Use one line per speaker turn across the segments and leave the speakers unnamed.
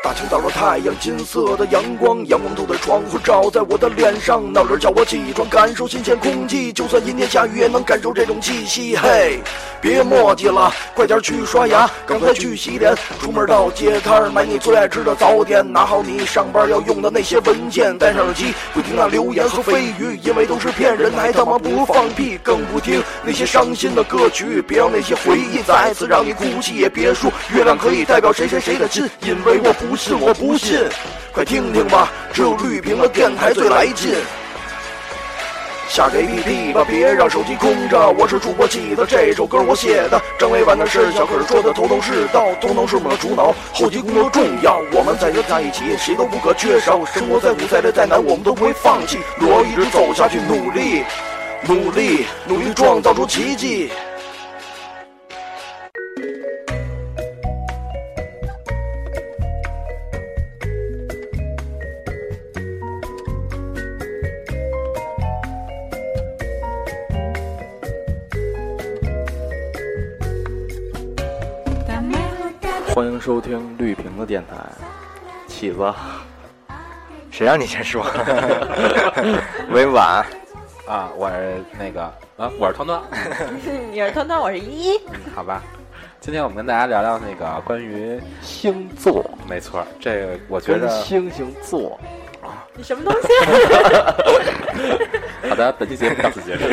大清早上太阳金色的阳光，阳光透在窗户照在我的脸上，脑仁叫我起床，感受新鲜空气，就算阴天下雨也能感受这种气息。嘿，别墨迹了，快点去刷牙，赶快去洗脸，出门到街摊儿买你最爱吃的早点，拿好你上班要用的那些文件，戴上耳机，不听那流言和蜚语，因为都是骗人，还他妈不如放屁，更不听那些伤心的歌曲，别让那些回忆再次让你哭泣，也别说月亮可以代表谁谁谁的心，因为我不信，我不信，快听听吧，只有绿屏的电台最来劲。下个 APP 吧，别让手机空着。我是主播记得这首歌我写的，张委婉的事小可是说的头头是道，通通是我们的主脑。后期工作重要，我们在这在一起，谁都不可缺少。生活再苦再累再难，我们都不会放弃，路要一直走下去，努力，努力，努力创造出奇迹。
欢迎收听绿屏的电台，起子
谁让你先说？委婉，
啊，我是那个啊，我是团团，
你是团团，我是依 依。
嗯好吧。今天我们跟大家聊聊那个关于，
星座
没错，这个我觉
跟
得
星星座，
你什么东 西？
啊好的，本期节目到此 结束。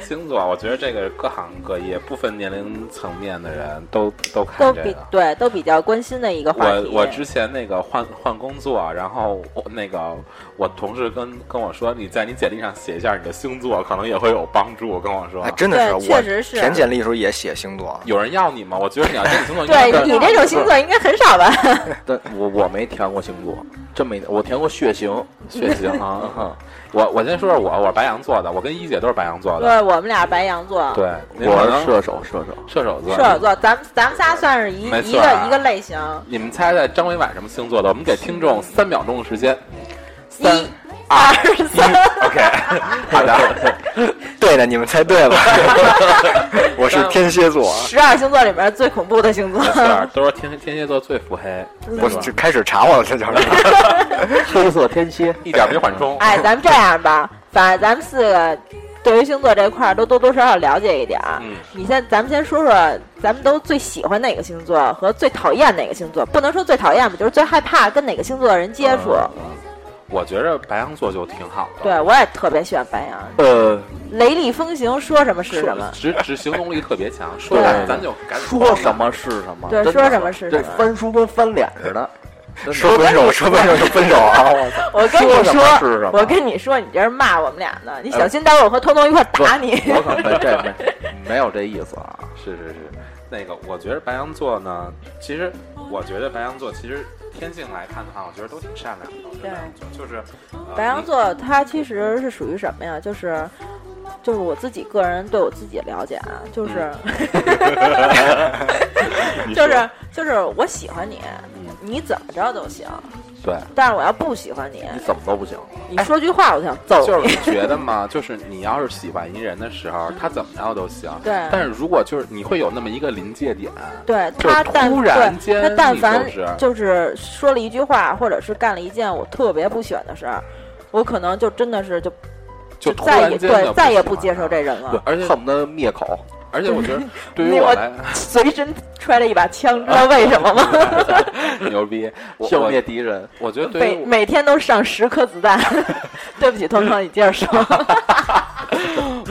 星座，我觉得这个各行各业、不分年龄层面的人都都看
都
这
比
个。
对都比较关心的一个话题。
我我之前那个换换工作，然后我那个我同事跟跟我说，你在你简历上写一下你的星座，可能也会有帮助。跟我说
哎，，真的是，
对确
我
实是
填简历的时候也写星座，
有人要你吗？我觉得你要这个星座应该
对
跟，
你这种星座应该很少吧？
哎但我我没填过星座，这么一我填过血型，
血型 啊。嗯我我先说说我，我是白羊座的，我跟一姐都是白羊座的。
对我们俩白羊座，
对，您可
我
能
是射手，射手
射手座。
啊射手座，咱们咱们仨算是一
没
一
错啊
个一个类型。
你们猜猜张伟婉什么星座的？我们给听众三秒钟的时间。 三
一二三，
，OK，好的。
对的，你们猜 对了，我是天蝎座，
十二星座里边最恐怖的星座
没。错，啊都说天天蝎座最腹黑，
嗯
我就开始查我了，这就是。
黑色天蝎，
一点没缓 冲。
哎，咱们这样吧，反正咱们四个对于星座这块儿都多多少少了解一点儿。
嗯，
你先，咱们先说说，咱们都最喜欢哪个星座和最讨厌哪个星座？不能说最讨厌吧，就是最害怕跟哪个星座的人接触。
啊
我觉着白羊座就挺好的，
对我也特别喜欢白羊，
呃，
雷厉风行，说什么是什
说
么。
执执行动力特别强，说
对
咱咱就赶紧
说什么是什么，
对
真的
说什么是什么
这翻书跟翻脸似的，
说分手，说分手就分手 啊！
我跟你
说什么是什么呃
我跟你说，你这是骂我们俩呢，你小心待会儿我和彤彤一块儿打你。
我可没这没没有这意思啊，
是是是，那个我觉得白羊座呢，其实我觉得白羊座其实天性来看的话，我觉得都挺善良的。我觉得白羊座就是、呃
白羊座它其实是属于什么呀？就是，就是我自己个人对我自己了解啊，
嗯
就是，就是就是我喜欢你，
嗯
你怎么着都行，
对
但是我要不喜欢你，
你怎么都不行，
哎
你说句话我就想揍你。
就是你觉得嘛， 就是你要是喜欢一人的时候，他怎么着都行。
对
但是如果就是你会有那么一个临界点，
对
就是
他但
突然间
对他但
你
凡
就是
就是说了一句话，或者是干了一件我特别不喜欢的事儿，我可能就真的是就
就突
再
然
也
间的
对再也不
喜
接
欢
受这人了
对，，
而且
恨不得灭口，
而且我觉得对 于
那
我
我
来
随身揣了一把枪，
啊
知道为什么吗？
牛逼，我
消灭
我
敌人，
我觉得对
每
于
每天都上十颗 子弹。对不起，彤彤，你接着说。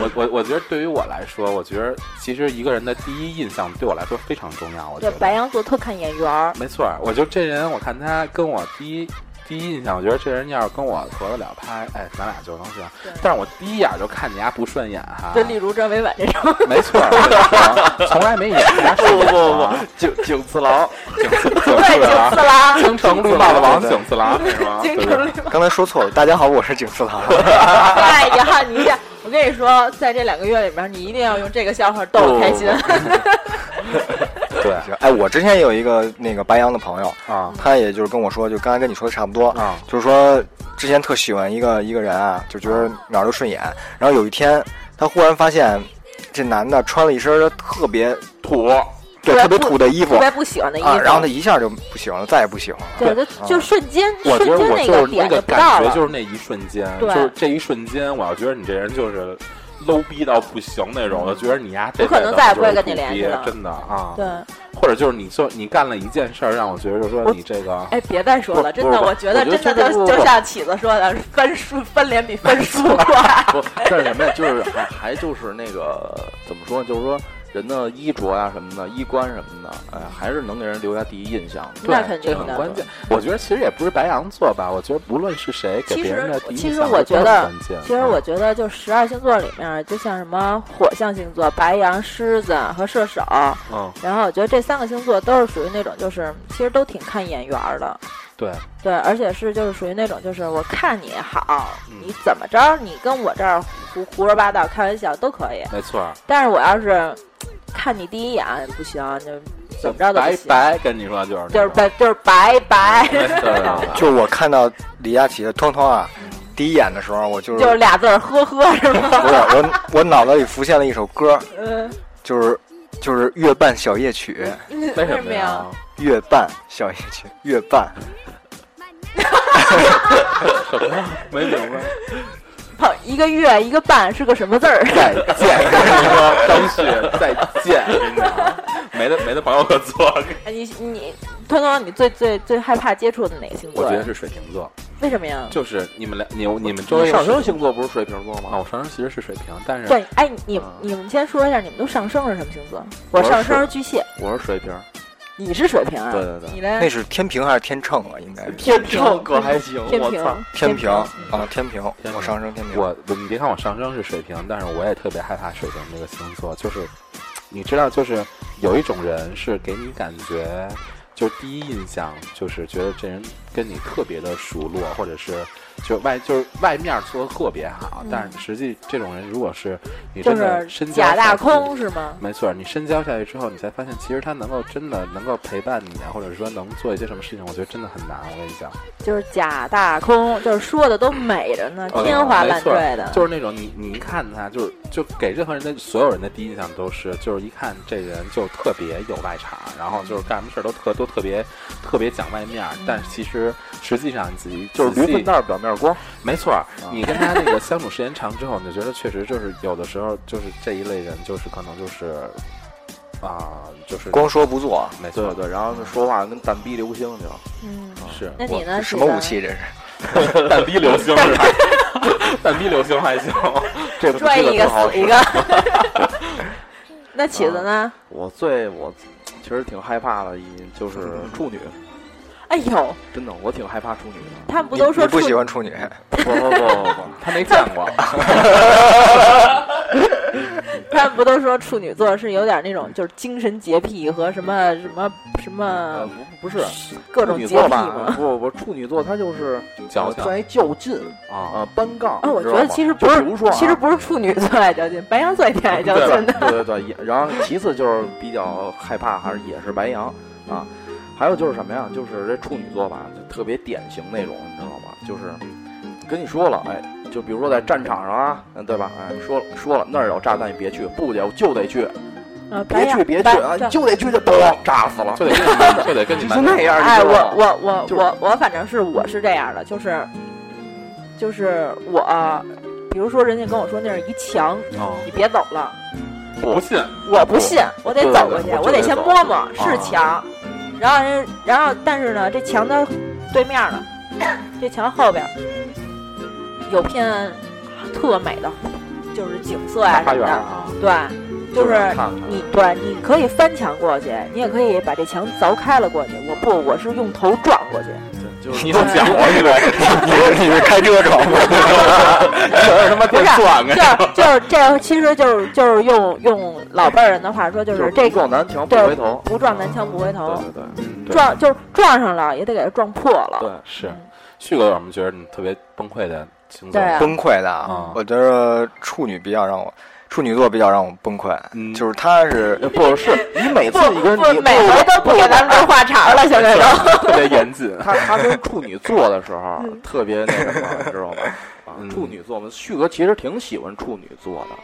我我我觉得对于我来说，我觉得其实一个人的第一印象对我来说非常重要。我觉
对，白
得
羊座特看眼缘儿，
没错儿，我就这人，我看他跟我第一。第一印象，我觉得这人要是跟我合得了拍，哎，咱俩就能行
对。
但是我第一眼就看你丫不顺眼哈，
就例如张伟婉这种，
没错儿，我跟你说从来没演过他
不
顺
不
眼
不
过
啊
不，井井次郎，
景次
对，
郎，
就次郎，
京城绿帽子王
对
景次郎是吗？
京
啊对不对
城绿
刚才说错了，大家好，我是景 次郎。
哎呀，你这，我跟你说，在这两个月里面，你一定要用这个笑话逗我开心。
嗯对
哎，我之前有一个那个白羊的朋友，
啊
他也就是跟我说，就刚才跟你说的差不多，
啊
就是说之前特喜欢一个一个人啊，就觉得哪儿都顺眼，然后有一天他忽然发现这男的穿了一身特别
土
对
对
特别
不
土的衣服
特别不喜欢的衣服。
啊，然后他一下就不喜欢了，再也不喜欢了。
对，就
啊
就瞬间
嗯我
瞬
觉得我
间那
就是那
点
个
就不到
感觉，
了，
就是那一瞬间，就
对
是这一瞬间，我要觉得你这人就是。low 逼到不行那种，我觉得你呀，这
我可能
辈子
再也不会
就是
跟
土
你联系
鳖
了
真的啊。
对，
或者就是你说你干了一件事儿，让我觉得就是说
我
你这个，
哎，别再说
不
了，真的，
不
我觉得
我觉得
真
这
的
个
就是就像起子说的，翻书翻脸比翻书 快。
不，但是什么呀？就是还还就是那个怎么说？就是说人的衣着呀、什么的，衣冠什么的，哎，还是能给人留下第一印象的。
那肯定
这
的
很关键。我觉得其实也不是白羊座吧，我觉得不论是谁给
其
别人
实
的第一
其
印
实
象
我
都
觉
很
得
关键，
其实
啊
我觉得就十二星座里面，就像什么火象星座、白羊、狮子和射手，
嗯
然后我觉得这三个星座都是属于那种，就是其实都挺看眼缘儿的。
对
对，而且是就是属于那种，就是我看你好，
嗯
你怎么着，你跟我这儿胡胡说八道、开玩笑都可以。
没错儿，
但是我要是看你第一眼不行，就怎么着都不
白
行，
白跟你说就是
就是
白，
白就是白白，
对啊
就我看到李佳琦的《通通》啊，第一眼的时候，我就是
就是俩字儿呵呵是
不是
吗？
我我脑子里浮现了一首歌，
嗯，
就是就是《月半小夜曲》，
为什
么
么呀
呀？？
月半小夜曲，月 半
没明白，
好，一个月一个半是个什么字儿？
再见，跟你说张旭，再见，真的没得没得朋友可做。
哎 你你，通通，你最最最害怕接触的哪个星座
我
呀？
觉得是水瓶座，
为什么呀？
就是你们俩，你你们周围 有
上升
水
星座不是水瓶座
啊，
吗？
我上升其实是水瓶，但是
对，哎，你
啊
你们先说一下，你们都上升是什么星座？我上升是巨蟹，
我是水瓶。
你是水瓶啊？
对对对，
你嘞
那？是天平还是天秤啊？应该是
天秤可还行，
天
我
平
操！，
天平
平，
啊，天平
平，
我上升天平。
我你别看我上升是水瓶，但是我也特别害怕水瓶这个星座，就是你知道，就是有一种人是给你感觉，就第一印象就是觉得这人跟你特别的熟络，或者是就外就是外面做的特别好，
嗯
但是实际这种人如果是你
就
真的
是
深交
假大
下去
空。是吗？
没错，你深交下去之后，你才发现其实他能够真的能够陪伴你啊，或者说能做一些什么事情，我觉得真的很难。我跟你讲，
就是假大空，就是说的都美着呢，
哦
嗯
天花
没
乱
错
坠的。
就是那种你你一看他，就是就给任何人的所有人的第一印象都是，就是一看这人就特别有外场，然后就是干什么事儿都特都特别特别讲外面儿，但其实实际上你自己
就是
仔
驴
细
粪蛋儿表面光，
没错儿，你跟他那个相处时间长之后，你就觉得确实就是有的时候就是这一类人就是可能就是啊、就是
光说不做，
没
对
错
对对，然后说话跟蛋逼流星 似的。
嗯，
是
那你呢？
什么
喜欢
武器这是？
蛋逼流星是吧？蛋逼流星还行，这个
拽
这
一个
更好
死一
使
个。 那起子呢？
我最我其实挺害怕的，一就是处女，
哎呦，
真的，我挺害怕处女的。
他们不
你
都说
你不
处
喜欢处女？
不不不不不，
他没见 过。
他们不都说处女座是有点那种就是精神洁癖和什么什么什
呃
么
不不是
各
处
种
女
洁癖
座吧？
吗？
不不，处女座他就是
矫
呃
情
在较劲
啊，
啊，单杠。
哎，我
你知
觉
道
得
吗
其实
就
不是
比如说，啊嗯
其实不是处女座爱较劲，白羊座也挺爱较
对
劲的。
对对对，也然后其次就是比较害怕，还是也是白羊啊。还有就是什么呀？就是这处女座吧，就特别典型那种，你知道吗？就是跟你说了，哎，就比如说在战场上啊，嗯对吧？哎，说了说了那儿有炸弹，你别去，不得就得去，
呃，白
别
羊
去别去
白
啊，
对
你就得去，就咣炸死了，
就得跟你啊们，就得跟你
就
们
那样。
哎，
你知道
我
吗
我我
就是
我我反正是我是这样的，就是就是我，比如说人家跟我说那是一墙，
哦，
你别走了，
不信，
我不信，我得
对
走过去，
我
我得
就得
先
走啊
摸摸是墙，然后人然后但是呢，这墙的对面呢，这墙后边有片特美的，就是景色呀、
花
什
园
么的，
啊，
对，就
就是想看看
你对，你可以翻墙过去，你也可以把这墙凿开了过去。我不，我是用头撞过去。
就是
你怎么讲我以为
你是你是开车撞吗？
有点他妈
不是
电钻
就
啊！
是就是这，其实就是就是用用老辈儿人的话说，就
就是是
这
不撞
个
南墙不
对哦
回头。
不撞南墙不回头，
对对对，对
撞就是撞上了也得给它撞破了。
对
是，旭哥有什么觉得你特别崩溃的星座？
对啊
崩溃的啊
啊！
我觉得处女比较让我，处女座比较让我崩溃
嗯，
就是 他是
呃不是你每次
不
你跟你哎
不，每回都不给咱们这话茬了，现在都。
特别严谨。
他他跟处女座的时候 特别那什么，你知道吧？啊
嗯，
处女座嘛，旭哥其实挺喜欢处女座的，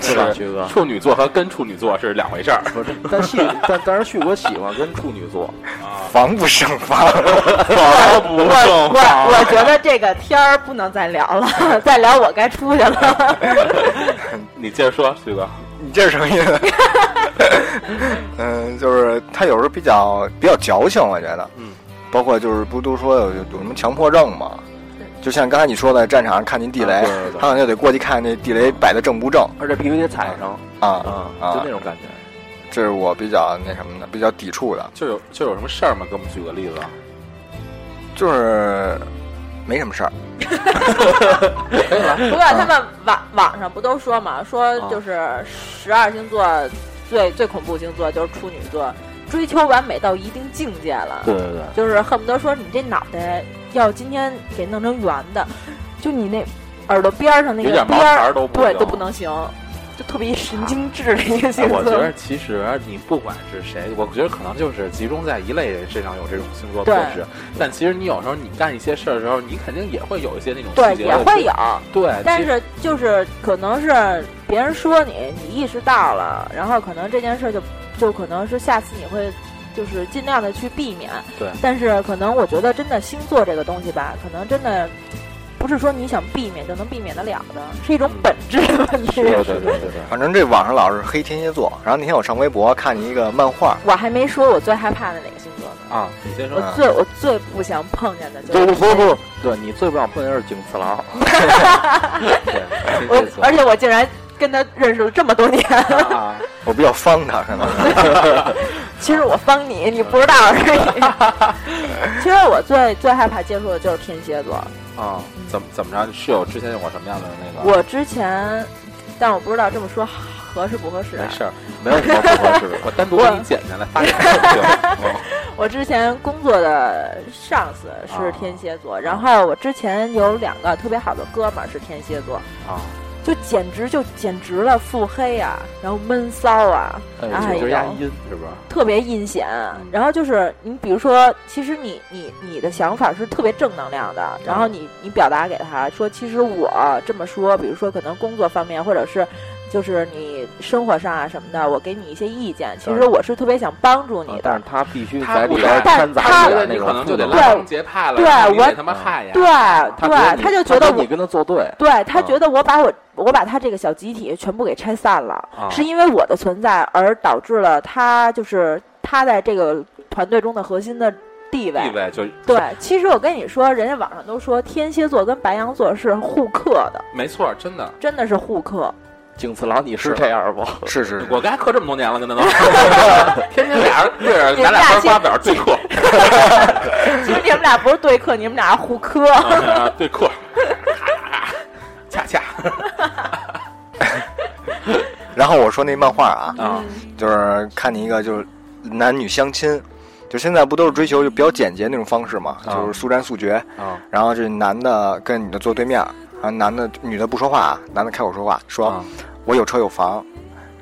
对吧，旭哥？
处女座和跟处女座是两回事儿
不是，但旭但但是旭哥喜欢跟处女座，
啊，
防不胜 防。
防 不
我
胜
我
防。
我觉得这个天儿不能再聊了，再聊我该出去了。
你接着说，旭哥。
你这是什么意 思？嗯，就是他有时候比较比较矫情，我觉得。
嗯。
包括就是不都说有有什么强迫症嘛？就像刚才你说的，战场上看见地雷
啊对对，对
他好像就得过去看那地雷摆的正不正
而且必须得踩上
啊。
啊，
啊
就那种感觉。
这是我比较那什么的，比较抵触的，
就有就有什么事儿吗？给我们举个例子。
就是没什么事儿。
不过他们网网上不都说
啊
嘛，说就是十二星座最最恐怖星座就是处女座，追求完美到一定境界了，
对对对，
就是恨不得说你这脑袋要今天给弄成圆的，就你那耳朵边儿上那
有
个
点毛
边
茬
儿，
儿都不
对
行
都不能行，就特别神经质的 一个星
哎我觉
座
得。其实你不管是谁，我觉得可能就是集中在一类人身上有这种星座特
对
质，但其实你有时候你干一些事儿的时候，你肯定也会有一些那种
对，
细节
也
的
会有，
对，
但
其实
是就是可能是别人说你，你意识到了，然后可能这件事就就可能是下次你会就是尽量的去避免。
对
但是可能我觉得真的星座这个东西吧，可能真的不是说你想避免就能避免得了的，是一种本质的问题。
对对对对对，啊
反正这网上老是黑天蝎座。然后那天我上微博看见一个漫画，
我还没说我最害怕的哪个星座呢，
啊，你先说
我最我最不想碰见的就
不嗯
是
不不不，对你最不想碰见是井次 郎，
对，
我
天蝎，座
而且我竟然跟他认识了这么多年，
啊，
我比较方他，可能
其实我帮你，你不知道 而已。其实我最最害怕接触的就是天蝎座。
啊，怎么怎么着？是有之前有过什么样的那个？
我之前，但我不知道这么说合适不合适、啊
没。事儿，
没有什么不合适的。
我单独给你剪下来发给你嗯
我之前工作的上司是天蝎座，
啊
然后我之前有两个特别好的哥们儿是天蝎座，
啊，
就简直就简直了，腹黑啊，然后闷骚啊， 哎
哎，就是压
呦
音是不是？
特别阴险。
嗯
然后就是你，比如说，其实你你你的想法是特别正能量
啊
的，然后你你表达给他说，其实我这么说，比如说可能工作方面，或者是就是你生活上啊什么的，我给你一些意见，其实我是特别想帮助你
啊但
的
是。他必须
他
在
不
里边
敢
掺杂
他
一
觉
点
得
那
你
种
可能就得
负能
对量
拉帮结派了，
对
然后你
我嗯
得他妈害呀，
对
他觉得
对，
你
他就觉得
他觉
我
你跟他作对，
对他
啊
觉得我把我我把他这个小集体全部给拆散了，
啊
是因为我的存在而导致了他就是他在这个团队中的核心的地位。
地位就
对，其实我跟你说，人家网上都说天蝎座跟白羊座是互克的，
没错儿，真 的。
真的是互克。
井次郎你是这样不？
是是是。
我跟他磕这么多年了，跟 他都，天天俩人对着，咱俩翻发表对磕，
其实你们俩不是对克，你们俩是互克。
啊 对磕，咔咔咔，恰恰
然后我说那漫画啊，
啊，
就是看见一个就是男女相亲，就现在不都是追求就比较简洁那种方式嘛，
啊
就是速战速决。
啊
然后这男的跟女的坐对面，然后男的女的不说话啊，男的开口说话，说、
啊
我有车有房，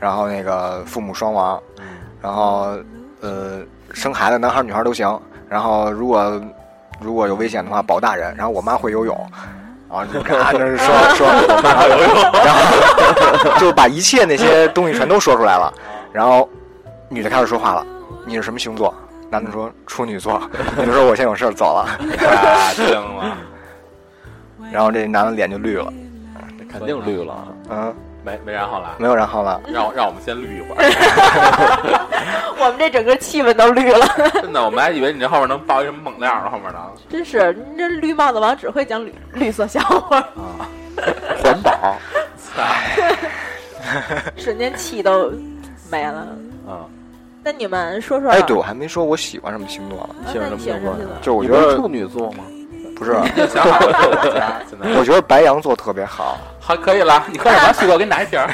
然后那个父母双亡，然后呃生孩子男孩女孩都行，然后如果如果有危险的话保大人，然后我妈会游泳。啊，就 看着说说，我妈会游泳， 然后 就把一切那些东西全都说出来了，然后女的开始说话了，你是什么星座？男的说处女座， 女的说我现在有事儿 走了，
太精了，
然后这男的脸就绿了，
肯定绿了。
嗯，
没没然后了，
没有然后了，
让我让我们先绿一会儿，
我们这整个气氛都绿了，
真的，我们还以为你这后面能爆一什么猛料呢，后面呢，
真是你这绿帽子王只会讲绿绿色笑话，
环保，
哎
瞬间气都没了。
嗯，
那你们说说，
哎，对我还没说我喜欢什么星座呢，
啊
喜
那
欢什么
你喜欢
星
什
座
么星
呀？
座？
就我
你
觉
不是
得
处女座吗？
不是，
想好了就回家，现在
我觉得白羊座特别好，
还可以了，你喝什么？旭哥，我给你拿一瓶儿，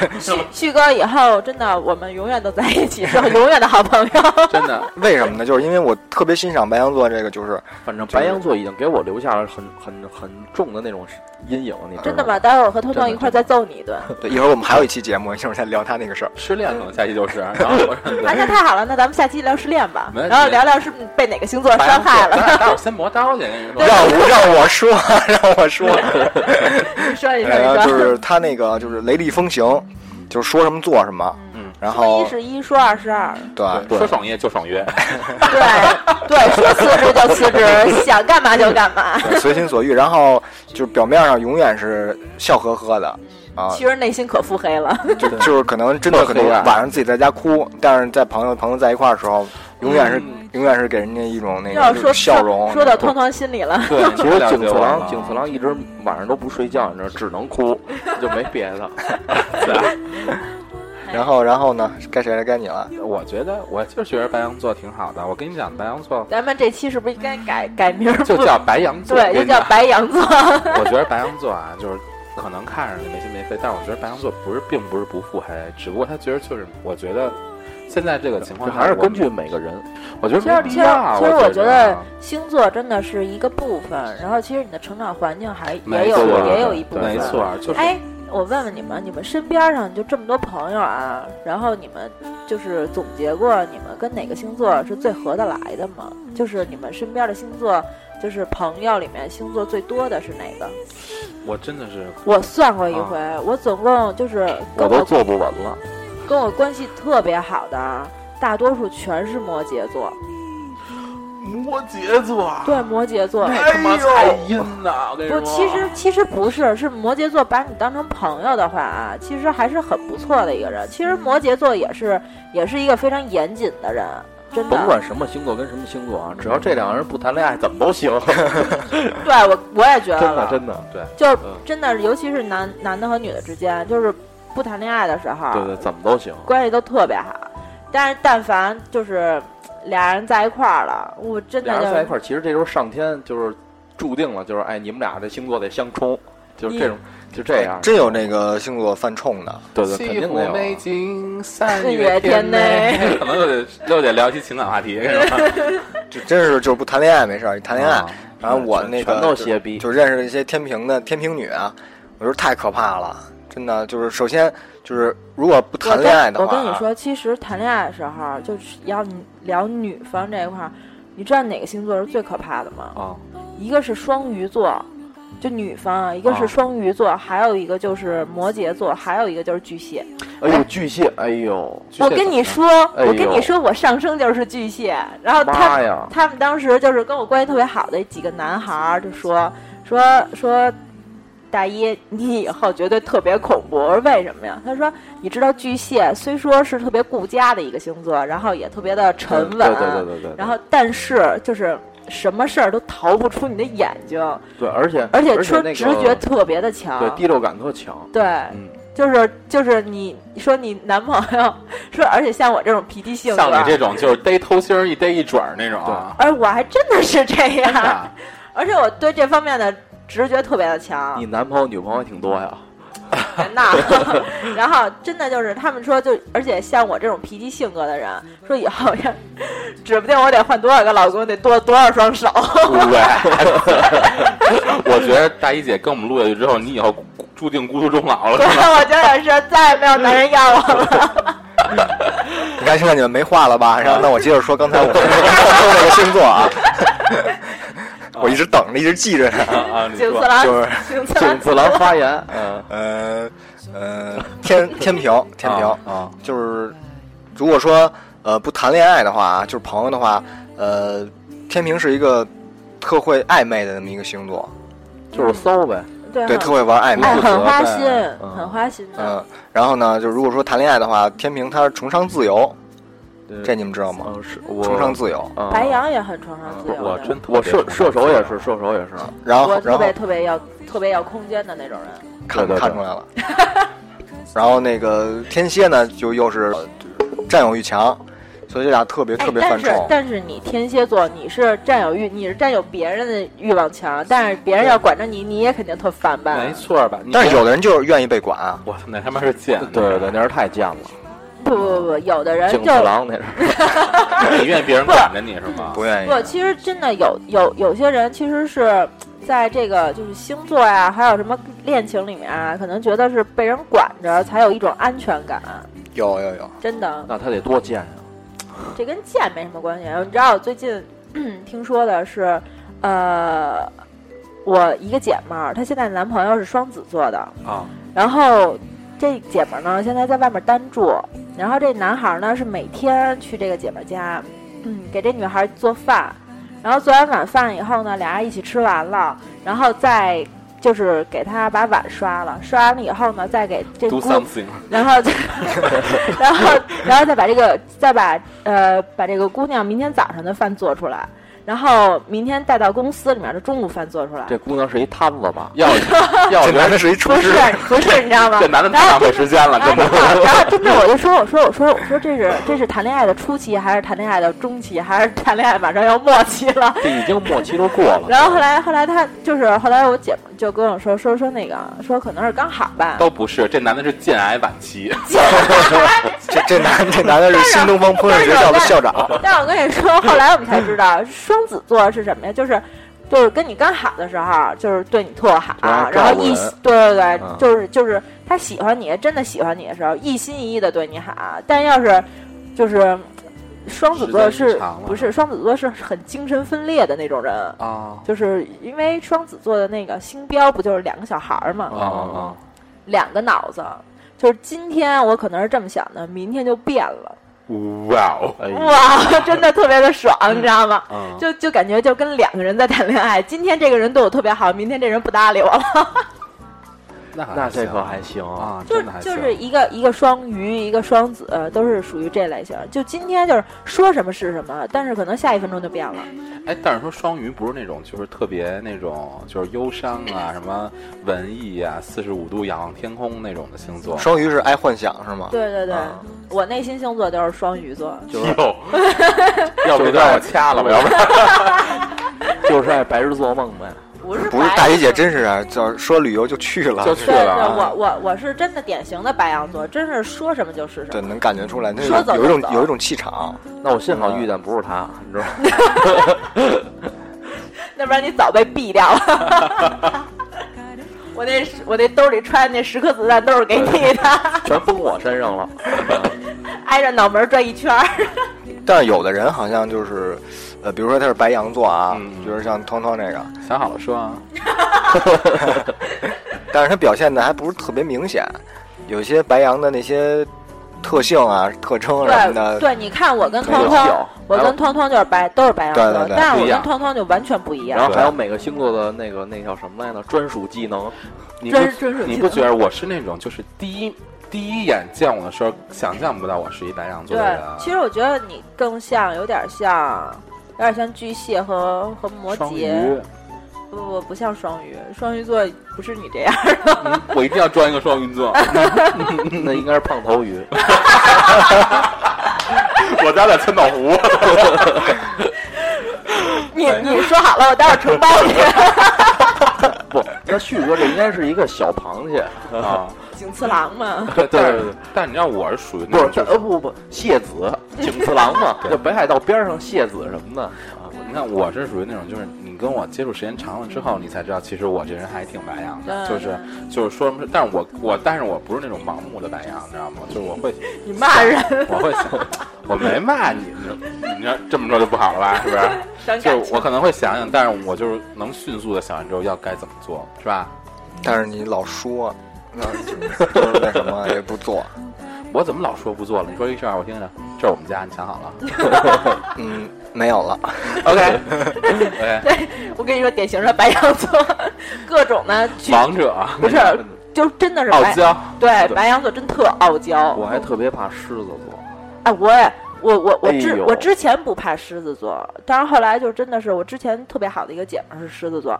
旭哥，以后真的我们永远都在一起，是永远的好朋友。
真的，
为什么呢？就是因为我特别欣赏白羊座这个，就是
反正白羊座已经给我留下了很很很重的那种阴影，你知道
真的吗？？待会儿我和彤彤一块儿再揍你一顿。
对，一会儿我们还有一期节目，一会儿再聊他 那个事儿。
失恋可能下期就是，然后 我
啊，那太好了，那咱们下期聊失恋吧，
没问题
然后聊聊是被哪个星座
白
伤害了。
待会儿先磨刀去，跟你说，
让我让我说， 让我说，
你说一说，
然后
你
哎
就
说。
是他那个就是雷厉风行，就是说什么做什么，
嗯，
然
说
哦
后
一是一，说二是二，
对
对，说爽约就爽约，
对对，说辞职就辞 职，想干嘛就干嘛，
啊
对随心所欲，然后就是表面上永远是笑呵呵的 啊，
嗯其实内心可腹黑了。
就就是可能真的可能
特黑暗
晚上自己在家哭，但是在朋友朋友在一块儿的时候，永远是永远是给人家一种那
嗯 要是
个
说
笑容，
说到汤汤心里了，
对，其实
了解
景次
我
郎
了
景次郎一直晚上都不睡觉，你知道，只能 哭，就没别 的。
然后然后呢，该谁了该你了，
我觉得我就觉得白羊座挺好的。我跟你讲，白羊 座
咱们这期是不是应该改改名儿？
就
不
叫白羊座，
对，就叫白羊座。
我觉得白羊座啊，就是可能看上去没心没肺，但我觉得白羊座不是，并不是不腹黑，只不过他觉得就是，我觉得现在这个情况
这
下
还是
我
根据每个人，
我觉得
其实，
没
其
必
实，
要。
其实我
觉
觉
得啊
得星座真的是一个部分，然后其实你的成长环境还也
没
有
错，
也有一部分。
没错，就是
哎，我问问你们，你们身边上就这么多朋友啊，然后你们就是总结过你们跟哪个星座是最合得来的吗？就是你们身边的星座，就是朋友里面星座最多的是哪个？
我真的是
我算过一回，我总共就是
啊我
跟
都
我
坐不稳了。
跟我关系特别好的，大多数全是摩羯座。
摩羯座，啊
对，摩羯座。
那他妈才阴呐！我跟你
哎不
说，，
其实其实不是，是摩羯座把你当成朋友的话啊，其实还是很不错的一个人。其实摩羯座也是也是一个非常严谨的人，啊真
甭
的。
管什么星座跟什么星座啊，只要这两个人不谈恋爱，怎么都 行。
对我我也觉得
真的真
了，
的，对
就是
嗯
真的，尤其是男男的和女的之间，就是不谈恋爱的时候，啊
对对，怎么都行。
关系都特别好。但是但凡就是俩人在一块儿了，我真的
俩
就
人在一
是
块儿，其实这时候上天就是注定了，就是哎，你们俩这星座得相冲，就是这种，就这样。
真有那个星座犯冲的，
对对，肯定得有
美
啊。
景三
月天内，
可能又得又得聊一期情感话 题，是吧？
就真是就是不谈恋爱没事儿，谈恋爱，
啊
然后我
全
那个
全都
就
歇逼
就认识一些天平的天平女啊，我说太可怕了，真的就是首先就是如果不
我
谈
跟
恋爱的
我
话
跟
啊，
你说，其实谈恋爱的时候，就是要你聊女方这一块儿，你知道哪个星座是最可怕的吗？
哦
啊，
一个是双鱼座，就女方啊，一个
哦
是双鱼座，还有一个就是摩羯座，还有一个就是巨蟹。
哎呦，巨蟹，哎呦，
我跟你说，
哎呦
我跟你说，我上升就是巨蟹。然后他
妈呀！
他们当时就是跟我关系特别好的几个男孩儿就说说说。大一，你以后绝对特别恐怖。我说为什么呀？他说，你知道巨蟹虽说是特别顾家的一个星座，然后也特别的沉稳，
对对对对对，
然后但是就是什么事儿都逃不出你的眼睛，
对，而且
而且
说
说直觉特别的强，
对第六感特强，
对
嗯，
就是就是你说你男朋友说，而且像我这种脾气性格，
像你这种就是逮偷腥儿一逮一准儿那种啊，
而我还真的是这
是
样，
吧
而且我对这方面的直觉特别的强
你，男朋友女朋友还挺多 呀，
那， 然后真的就是他们说就，而且像我这种脾气性格的人，说以后要，指不定我得换多少个老公，得多多少双手，
对，我觉得大一姐跟我们录下去之后，你以后注定孤独终老了
对，。我觉得也是再也没有男人要我了。
你看现在你们没话了吧？然后那我接着说刚才我那个星座啊，我一直等着，一直记着呢，
啊，你
景次
说
郎，
就是
景次郎
请子郎发言，嗯，
呃呃天天平天平，
啊啊，
就是如果说呃不谈恋爱的话啊，就是朋友的话，呃天平是一个特会暧昧的那么一个星座，
就是
嗯
骚呗，
对
对，
很
特会玩暧昧。
哎，很花
负
心
责，
嗯
很花心的。
嗯，然后呢，就如果说谈恋爱的话，天平他是崇尚自由，这你们知道吗？
嗯是我
崇尚自由。
嗯
白羊也很崇尚自由的，
我真特
我
别
射射手
啊
也是，射手也是，
然后
我，特
然后
别特别要特别要空间的那种人。
看
对对对
看出来了。 然后那个天蝎呢，就又是呃占有欲强，所以这俩特别
哎
特，别
但
犯
是
冲。
但是你天蝎座，你是占有欲，你是占有别人的欲望强，但是别人要管着你，你也肯定特烦吧？
没错儿吧？你
但是有的人就是愿意被管啊，
我操，那他妈是贱的，
对对对，那是太贱了，
不不不，有的人
景
就
次郎那是，
你愿意别人管着你是吗？
不愿意
不，。其实真的有有有些人其实是在这个就是星座呀、还有什么恋情里面啊，可能觉得是被人管着才有一种安全感，
有有有，
真的。
那他得多贱啊呀，
这跟贱没什么关系。你知道我最近 听说的是，呃，我一个姐们儿，她现在男朋友是双子座的，
啊，
然后这姐们儿呢现在在外面单住，然后这男孩儿呢是每天去这个姐们儿家，嗯，给这女孩儿做饭，然后做完晚饭以后呢，俩人一起吃完了，然后再就是给她把碗刷了，刷完了以后呢，再给这姑
do something，
然后再， 然后，然后再把这个，再把呃，把这个姑娘明天早上的饭做出来，然后明天带到公司里面的中午饭做出来。
这姑娘是一摊子吧？
要要
这男
人
的是一厨
不是
师，
不是，你知道吗？
这男的
然
太浪
后
费时间了，
然后
真
真
的。
的，然后真的，我就说，我说，我说，我说这是这是谈恋爱的初期，还是谈恋爱的中期，还是谈恋爱马上要末期了？
哦
这已经末期都过了。
然后后来，后来他就是后来我姐们就跟我说，说说那个，说可能是刚好吧，
都不是，这男的是腺癌晚 期，
这这男这男的是新东方烹饪学校的校长，
但我跟你说，后来我们才知道，双子座是什么呀？就是就是跟你刚好的时候，就是对你特好，
然后
然
照
后
顾
一
人
心对对对，
嗯
就是就是他喜欢你，真的喜欢你的时候，一心一意的对你好。但要是就是双子座
时间
是
长了
不是双子座是很精神分裂的那种人？
啊
就是因为双子座的那个星标不就是两个小孩儿嘛，
啊啊！
两个脑子。就是今天我可能是这么想的，明天就变了，
哇哦，
哎呀，
哇，真的特别的爽，你知道吗？
嗯，
就就感觉就跟两个人在谈恋爱，今天这个人对我特别好，明天这人不搭理我了，
那
那这可还行
行啊，
就
真的还
就
行
是一个一个双鱼，一个双子，呃都是属于这类型。就今天就是说什么是什么，但是可能下一分钟就变了。
哎，但是说双鱼不是那种就是特别那种就是忧伤啊，什么文艺啊，四十五度仰望天空那种的 星座。
双鱼是爱幻想是吗？
对对对，
啊
嗯我内心星座就是双鱼座，
就是
哟， 要不这段我掐了 吧，要不然
就是爱白日做梦呗。
不是
不是
白，
大姐姐真是啊，就是说旅游就去了
就，去
对对，
了啊。
我我我是真的典型的白羊座，真是说什么就是什
对，
么。
能感觉出来，那
说走
有一
就走
种有一种气场。
那我幸好遇见不是他，你知道 吗？
要不然你早被毙掉了。 我那我那兜里揣的那十颗子弹都是给你的，
全崩我身上了。
挨着脑门转一圈儿。
但是有的人好像就是，呃，比如说他是白羊座啊，
嗯
就是像汤汤这个，
想好了说啊，
但是他表现的还不是特别明显，有些白羊的那些特性啊、特征什
对
么的，
对，你看我跟
没
通
有
通
效，
我跟通通就是白，都是白羊座，
对对对
但是
不
我
一样
跟通通就完全不一
然
样。
后还有每个星座的那个那叫什么来着？专属技能。
你不
真是真是
你不觉得我是那种就是第一第一眼见我的时候想象不到我是一白羊座
对
的人，，啊
其实我觉得你更像，有点像，有点像巨蟹和和摩
双
羯。
鱼，
不不不像双鱼，双鱼座不是你这样。
嗯我一定要装一个双鱼座。
那应该是胖头 鱼。
我家在千岛湖，
你你说好了，我待会儿承包你。
不，那旭哥这应该是一个小螃蟹
嗯
啊。
景次郎 嘛，
对对对，
但你知道我是属于
不
那
是
种
这
就
呃不不不，蟹子景次郎嘛，
对
就北海道边上蟹子什么的。呃
你看，我是属于那种，就是你跟我接触时间长了之后，你才知道，其实我这人还挺白羊的，
对
就是就是说什么，但是我我但是我不是那种盲目的白羊，你知道吗？就是我会
你骂人
我会想，我没骂你，你你这这么说就不好了吧？是不是？
伤感
就是
情
我。可能会想想，但是我就是能迅速的想完之后要该怎么做，是吧？
但是你老说，那就是那什么也不做，
我怎么老说不做了？你说一声，我听听。这是我们家，你想 好了
嗯，没有了。
？OK OK，
我跟你说，典型的白羊座， 各种呢，去
王 者
不是，就真的是
傲
白。
娇，
对，白羊座真特傲娇。
我还特别怕狮子座。
哎，我也，我我我
哎
之、
呦
我之前不怕狮子座，但是后来就真的是我之前特别好的一个姐们儿是狮子座，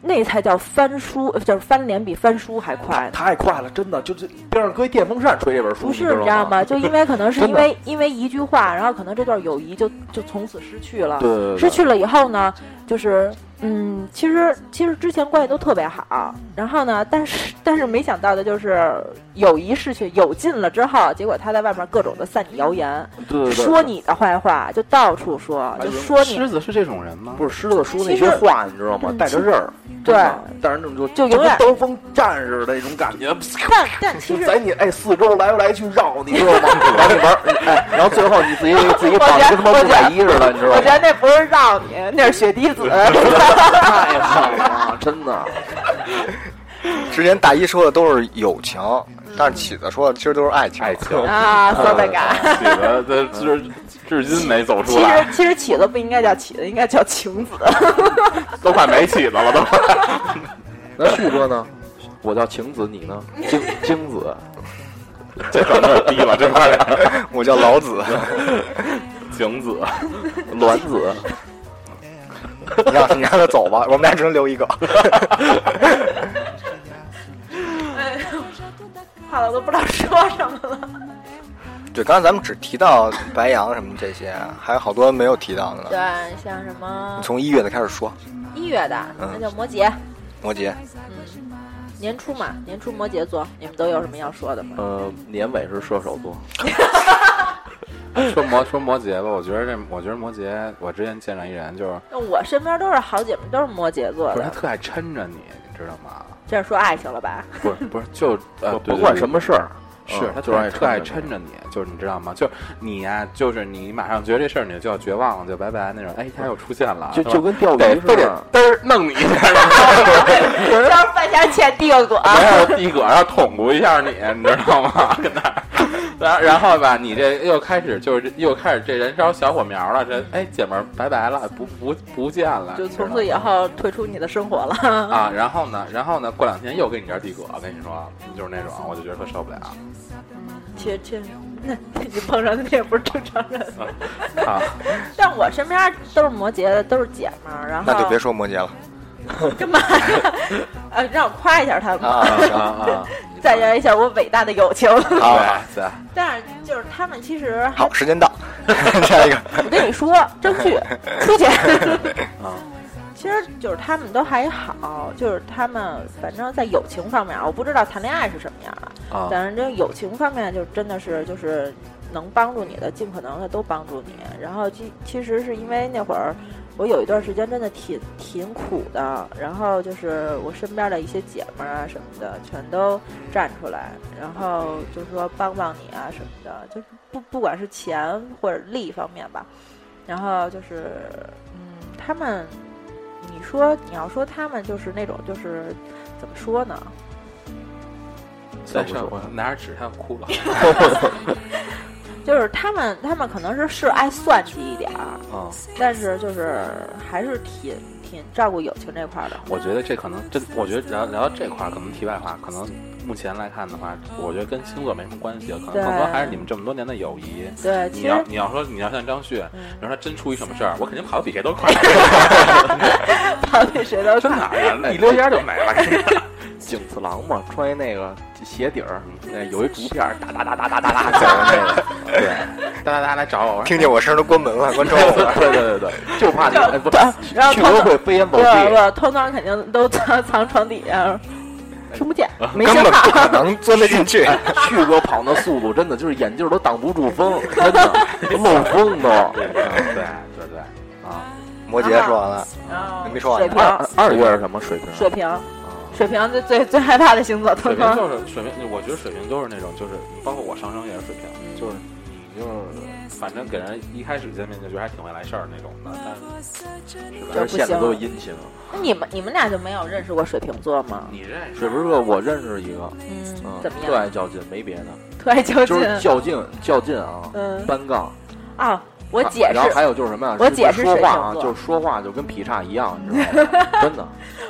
那才叫翻书，呃就是翻脸比翻书还快呢。
太快了，真的，就这边上搁一电风扇吹这本书，
不
你
是你知道
道
吗？就因为可能是因
真的
为因为一句话，然后可能这段友谊就就从此失去了。
对对对，
失去了以后呢，就是嗯，其实其实之前关系都特别
嗯
好，然后呢，但是但是没想到的就是友谊逝去，友尽了之后，结果他在外面各种的散你谣言，
对对哎对
说你的坏话，就到处说，就说你
狮子是这种人吗？
不是狮子说那
其实
些
嗯
话，你知道吗？带着刃儿，
对
真的但是那种就
就永远
跟刀锋战士的那种感觉，
但但其
就
实
在你哎四周来回来去绕，你知 道吗？然后你玩儿，哎，然后最后你自己自己绑得跟他妈木乃伊似的，你知道
我觉
吗？
得那不是 让你，那是血滴子。
太狠了，真的。
之前大一说的都是友情，但是起子说的其实都是爱情。
爱情
啊，说的感。
起子 这 至至今没
嗯
走出
其
来，
实其实起子不应该叫起子，应该叫晴子。
都快没起子了都。
那旭哥呢？我叫晴子，你呢？晶晶子，
这转的低了，这块儿
我叫老 子，
景子，
卵子，
你让你让他走吧，我们俩只能留一个。
怕了，都不知道说什么了。
对，刚才咱们只提到白羊什么这些，还有好多没有提到的
对
呢。，
像什么
从一月的开始说，
一月的，
嗯
那叫摩羯，
摩羯，
年初嘛，年初摩羯座，你们都有什么要说的吗？
呃，年尾是射手座，
说摩说摩羯吧，我觉得这我觉得摩羯，我之前见着一人就是，
那我身边都是好姐妹，都是摩羯座
不是他
的，
特爱抻着你，你知道吗？
这是说爱情了吧？
不 是不是，就呃
呃不管什
么。
么事儿，
是
嗯
他
就是爱
特爱
抻
抻着你，就是你知道吗？就是你呀、就是你马上觉得这事儿你就要绝望了，就拜拜那种。哎，他又出现了，
就是
吧
就跟钓
得
鱼似
非得
的。
嘚儿 弄你一下，
这是半天欠第个果。
然后一个，然后捅咕一下你，你知道吗？跟那儿，然后然后吧，你这又开始就是这又开始这燃烧小火苗了，这哎姐们儿拜拜了，不不不见了，
就
你知道
从
吗
此以后退出你的生活 了。
啊，然后呢，然后呢，过两天又跟你这儿递葛，我跟你说，就是那种，我就觉得特受不了。
其实这，那 你碰上的也不是正常人。
啊，
但我身边都是摩羯的，都是姐们儿，然后
那就别说摩羯了
干 嘛呀？呃，让我夸一下他们吧，
啊。
啊啊！
赞扬一下我伟大的友情。
好
哇塞，
但是就是他们其实还
好，时间到， 下一个。
我跟你说，争取出去。 其实就是他们都还好，就是他们反正在友情方面啊，我不知道谈恋爱是什么样啊，
啊
但是友情方面就真的是就是能帮助你的，尽可能的都帮助你。然后其其实是因为那会儿我有一段时间真的挺挺苦的，然后就是我身边的一些姐们儿啊什么的，全都站出来，然后就说帮帮你啊什么的，就是不不管是钱或者利方面吧，然后就是嗯，他们。你说你要说他们就是那种就是怎么说呢？
在上我拿着纸他要哭了。
就是他们，他们可能是是爱算计一点儿，
啊，
但是就是还是挺挺照顾友情这块儿的。
我觉得这可能真，我觉得聊聊到这块儿，可能题外话，可能目前来看的话，我觉得跟星座没什么关系，可能
对
更多还是你们这么多年的友谊。
对，
你啊要
其 实
你要说你要像张旭，
嗯
你说他真出一什么事儿，我肯定跑得比谁都快，
跑比谁都
真
快。
的呀，一溜烟就没了。
井次郎嘛，穿一那个鞋底儿，那有一竹片儿，哒哒哒哒哒哒
哒
哒，
哒那个，对，哒哒哒来找我，我说
听见我声儿都关门了，关窗户了。
对对对对，就怕你哎不，
然后
去
通
哥
通
会飞檐走
不
壁，
不，通通肯定都藏 藏床底下，听不见，没
根
信
本不可
号。
能钻得 进去。
旭哥跑那速度真的就是眼镜都挡不住风，真的 漏风都。
对对对对，啊，
摩羯说完了，没说完
水
呢
瓶，
二二啊月是什么水平？啊
水瓶，水瓶最最最害怕的星座，
水
通
瓶
通。
就是水瓶，我觉得水瓶都是那种，就是包括我上升也是水瓶，就是你就是反正给人一开始见面就觉得还挺会来事儿那种的，但是是吧？
这现在都是阴晴。
那你们你们俩就没有认识过水瓶座吗？
你认识
水瓶座我认识一个，
嗯
嗯，，
怎么
特
样？
爱较劲，没别的，
特爱较
就
劲。
是较劲较劲啊，
嗯
单杠。
啊，我
啊
解
然后还
释，
有就是什么呀？
我姐是
说
水
话
瓶
啊，
座
就是说话就跟劈叉一样，你 知道吗？真的，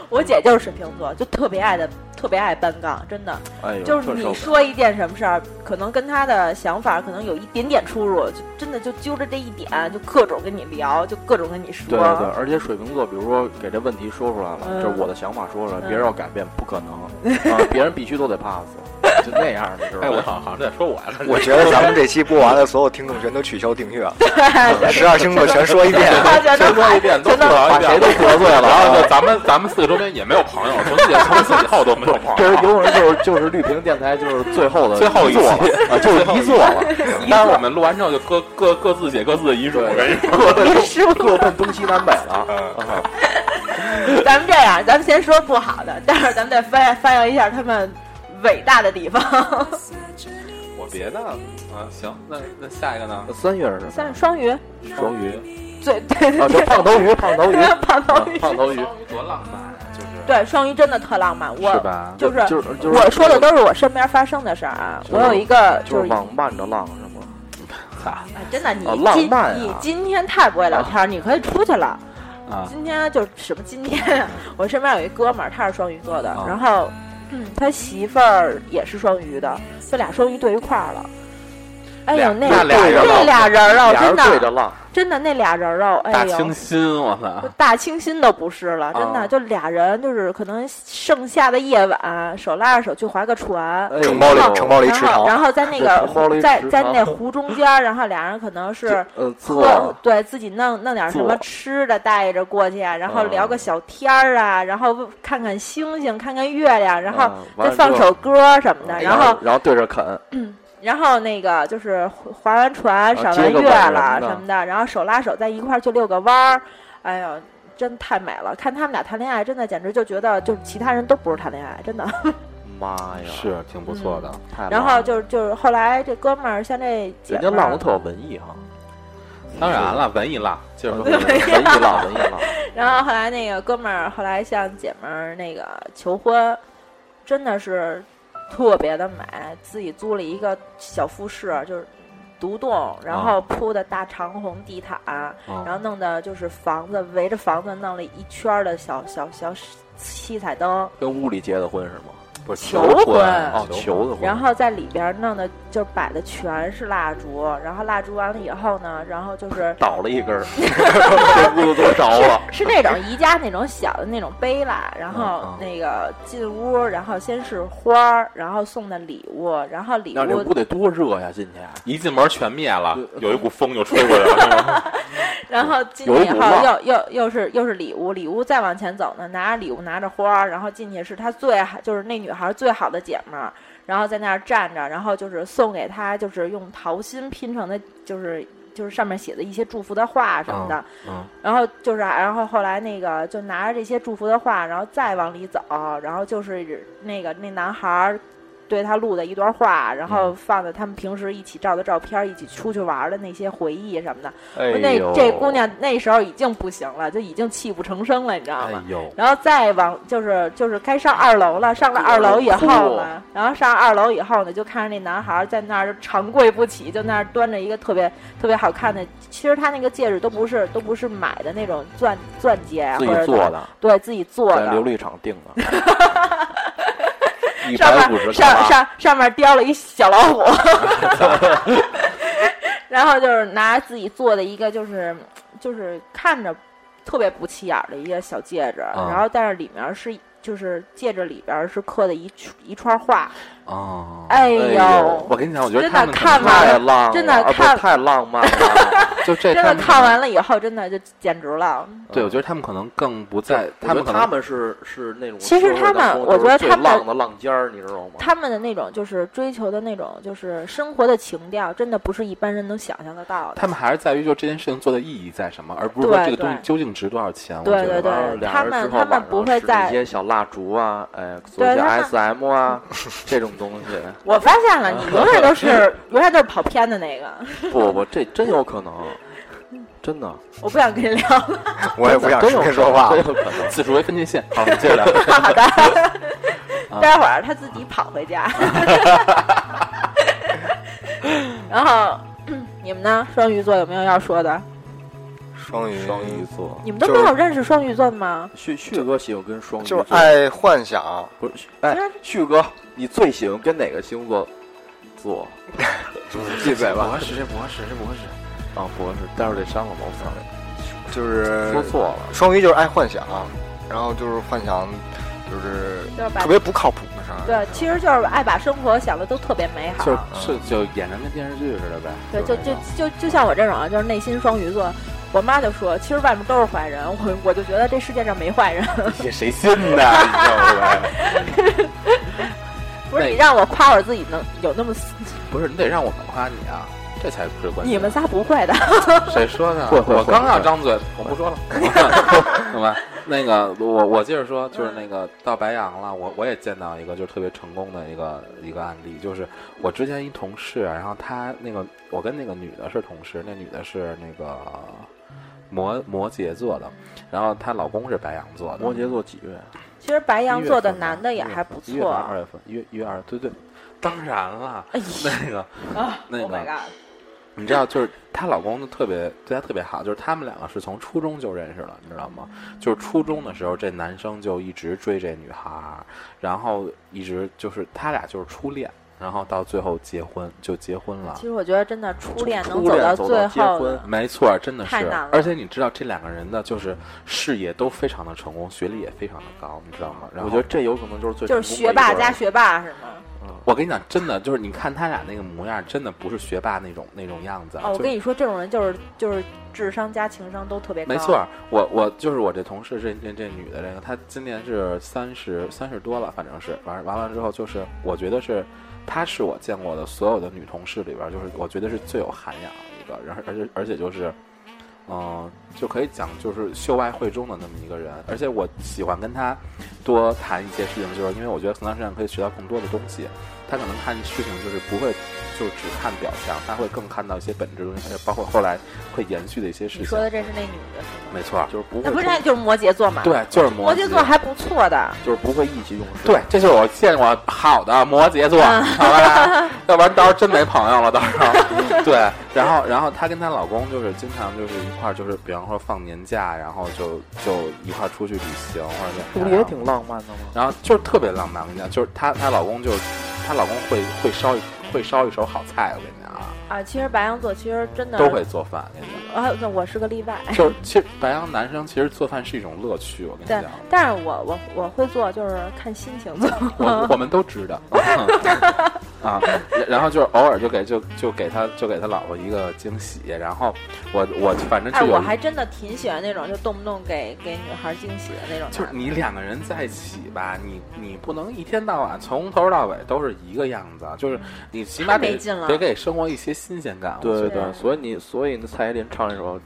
我姐就是水瓶座，就特别爱的，特别爱单杠，真的。
哎呦，
就是
特受
你
不了
说一件什么事儿，可能跟他的想法可能有一点点出入，就真的就揪着这一点，就各种跟你聊，就各种跟你说。
对对对，而且水瓶座，比如说给这问题说出来了，
嗯
这是我的想法说出来，
嗯
别人要改变不可能， 啊，别人必须都得 pass，就那样的，是吧？
哎，我好好像在说我呀，
我觉得咱们这期播完了，所有听众全都取消订 阅，啊 十二星座全说一遍。
他觉
全
得
说一遍都吐槽
把
一
谁
遍
都，得罪了，
然
啊
后就咱们咱们四个周边也没有朋友，从此从此以后都没有朋
这是
友。
有可能 就是就是绿屏电台就是最后的
最后一
座
期
了啊，就是一座了，
但是我们录完之后就各各各自写各自的遗嘱，我跟你 说，
各各奔东西南北了。啊
哎咱们这样，咱们先说不好的，待会儿咱们再翻翻扬一下他们伟大的地方。
我别的啊，行，那那下一个呢？
三月是什么？
像双鱼，
双鱼
最对
啊，这
对对，
胖头鱼，胖头鱼，
胖头鱼
啊胖头鱼，
多浪漫，就是
对，双鱼真的特浪漫。
是
我
吧？
就是
就是就是
我说的都是我身边发生的事儿啊。
就是
我有一个
就是
是
往慢着浪是吗？
啊
哎真的，你
啊浪
今
漫啊
你今天太不会聊天儿，你可以出去了。
啊，
今天就是什么今天，啊我身边有一哥们儿，他是双鱼座的
啊，
然后、嗯、他媳妇儿也是双鱼的，就俩双鱼对一块儿了。哎
俩
呦，那
那俩人儿
那俩人儿啊，
俩人
真
对着
的
浪，
真的那俩人儿啊，哎
大
呦
清，新，我
就
啊
操！
大清新都不是了，真
啊
的就俩人就是可能盛夏的夜晚，手拉着手去划个船，
哎
承包
然
了
后
承包了一池
啊
然后
塘，
然后在 那
这同胞了
个
一
在
池
在
塘
那湖中间儿，然后俩人可能是
呃，
喝
做，
对自己弄弄点什么
做
吃的带着过去，啊然后
嗯
聊个小天儿啊，然后看看星星，看看月亮，然后
嗯
再放首，歌什么
完了
的，
之
然后
然后对着啃，
然后那个就是划完船、赏
啊接
完
个
月
吻
了
什么的
什么的，然后手拉手在一块儿去遛个弯儿，哎呦。真太美了，看他们俩谈恋爱，真的简直就觉得，就是其他人都不是谈恋爱，真的。
妈呀，
是挺不错的，
太浪
嗯然后嗯
了
就是就是后来这哥们儿像这姐
人家
们
浪
儿
的，特文艺哈，
当然了，文艺浪，接着
文
说
艺浪，文艺浪，
然后后来那个哥们儿后来向姐们儿那个求婚，真的是特别的美，自己租了一个小复式，就是独栋，然后铺的大长红地毯，
嗯
然后弄的就是房子围着房子弄了一圈儿的小小小七彩灯，
跟屋里结的婚是吗？
不是
求婚
哦，求的婚，
然后在里边儿弄的就摆的全是蜡烛，然后蜡烛完了以后呢，然后就是
倒了一根儿， 这屋子都着了，
是那种宜家那种小的那种杯啦，然
嗯
后
嗯
那个进屋，然后先是花儿，然后送的礼物，然后礼
那这屋
物，
得多热呀，啊进去
一进门全灭 了，有一股风就吹过来了，是吧
然后进
有
去
一
以
股
后
味
又又又是又是礼物，礼物再往前走呢，拿着礼物拿着花儿，然后进去是他最就是那女孩最好的姐们儿，然后在那儿站着，然后就是送给她就是用桃心拼成的，就是就是上面写的一些祝福的话什么
啊
的，
嗯
然后就是，然后后来那个就拿着这些祝福的话，然后再往里走，然后就是那个那男孩儿对他录的一段话，然
嗯
后放在他们平时一起照的照片儿，一起出去玩儿的那些回忆什么的。
哎
那
呦
这姑娘那时候已经不行了，就已经泣不成声了，你知道
哎
吗？
呦，
然后再往就是就是该上二楼了，上了二楼以后呢，然后上二楼以后呢，就看着那男孩儿在那儿长跪不起，就那儿端着一个特别特别好看的，其实他那个戒指都不是都不是买的那种钻钻戒啊，
自己
或者
做的，
对自己做
在
的，
琉璃厂订 的，一
上
百五
面
十
上上上面雕了一小老虎， 然后就是拿自己做的一个就是就是看着特别不起眼儿的一个小戒指，
啊
然后但是里面是就是戒指里边是刻的一圈一串画，
哦，
哎
哎
呦
我跟你讲，我觉得
真
他
的
们
看
可能
完
太
了
浪了，
真的
啊不
看
太浪漫 了，啊
就这
真的
他们
看完了以后真的就简直了。
对，我觉得他们可能更不在，
他
们
们
可
他
能
们是是那种
其实
社会
他们
当中
我觉得
就是
他
最
们
浪的浪尖儿，你知道吗？
他们的那种就是追求的那种就是生活的情调，真的不是一般人能想象得到的。
他们还是在于就这件事情做的意义在什么，而不是说
对
这个东西
对
究竟值多少钱。我
对
觉得啊
对
然后啊
对
俩
他
人
们
之后
他们
晚上
不会
使
在
一些小蜡烛啊，哎，做一
对
些
他们
SM 啊 这种东西。
我发现了，你永远都是永远都是跑偏的那个，
不不，这真有可能，真 的，
我不想跟你聊了。
我也不想
真有可
说
能
说话
真
了。
有可能。
此处为分界线，好，我们接着聊。
好的，
啊
待会儿他自己跑回家。 然后嗯你们呢？双鱼座有没有要说的？
双鱼，
双鱼座，
你们都
就
没
是
有认识双鱼座的吗？
旭旭哥喜欢跟双鱼
就
座
是，
哎
爱幻想，
不是？哎
其实，
旭哥，你最喜欢跟哪个星座 做？闭嘴吧！
适，这不合适，这不合适。
啊，不是，待会儿得删了吧？我操，
呃
就是
说错了。啊
双鱼就是爱幻想，啊然后就是幻想，就是
就是把
特别不靠谱的事儿。
对，其实就是爱把生活想的都特别美好。
就是是
嗯
就演成跟电视剧似的呗。
对，就是
那
就
种
就就像我这种啊，就是内心双鱼座。我妈就说，其实外面都是坏人，我我就觉得这世界上没坏人。
这谁信呢？ 你知 道吧？
不是
对
你让我夸我自己能有那么 死，
不是，你得让我们夸你啊，这才是关键。
你们仨不会的。
谁说的？啊
会会
我
会
刚要
会
张嘴，我不 说了。 懂吧？那个，我我接着说，就是那个到白羊了，我我也见到一个就是特别成功的一个一个案例，就是我之前一同事，然后她那个我跟那个女的是同事，那女的是那个摩摩羯座的，然后她老公是白羊座的，
摩羯座几月？
其实白羊座的
一月份吧
男的也
一月
还
份
不
一月份
错啊
还是二月份，一月一月二，对对，当然了，
哎
那个
啊
那
Oh my
个
god！
你知道，就是她老公就特别对她特别好，就是他们两个是从初中就认识了，你知道吗？就是初中的时候，这男生就一直追这女孩儿，然后一直就是他俩就是初恋，然后到最后结婚就结婚了
其。实我觉得真的初恋能
初恋
到
走
最
到结
后
婚
的，
没错，真的是
太难了，
而且你知道这两个人的就是事业都非常的成功，学历也非常的高，你知道吗？然
我
后
觉得这有可能就是最
就是
成功的
学
一
霸
对儿
加学霸是吗？
我跟你讲，真的就是你看他俩那个模样，真的不是学霸那种那种样子。
哦，我
啊就
跟你说，这种人就是就是智商加情商都特别高。
没错儿，我我就是我这同事这这这女的这个，她今年是三十三十多了，反正是完完了之后，就是我觉得是她是我见过的所有的女同事里边儿，就是我觉得是最有涵养的一个，然后而且而且就是。嗯，就可以讲就是秀外慧中的那么一个人，而且我喜欢跟她多谈一些事情，就是因为我觉得从她身上可以学到更多的东西。她可能看事情就是不会就只看表象，她会更看到一些本质的东西，而且包括后来会延续的一些事
你
情。
说的这是那女的是吗？
没错儿，
就是不
那不
会
是那就是摩羯座嘛？，
对，就是摩
摩羯座还不错的。
就是不会意气用事。
对，这就是我见过好的摩羯座，
嗯
好 吧？要不然到时候真没朋友了，到时候。对，然后然后她跟她老公就是经常就是一块儿，就是比方说放年假，然后就就一块儿出去旅行或者
这
怎
不
么
也
样。
挺浪漫的吗？
然后就是特别浪漫，我跟你讲，就是她她老公就是她老公会会烧一会烧一手好菜，我跟你讲啊，
啊，其实白羊座其实真的
都会做饭，我跟你
啊，那我是个例外。
讲。就是其实白羊男生其实做饭是一种乐趣，我跟你
对
讲。，
但是我我我会做，就是看心情做。
我我们都知道 啊，然然后就是偶尔就给就就给他就给他老婆一个惊喜，然后我我反正
哎，
就有
我
一
还真的挺喜欢那种就动不动给给女孩惊喜的那种
就是
男的。
你两个人在一起吧，你你不能一天到晚从头到尾都是一个样子，就是你起码
太
得
没劲了
得给生活一些新鲜感。我
对
觉
对
得
对，啊所以你所以那蔡依林唱那首《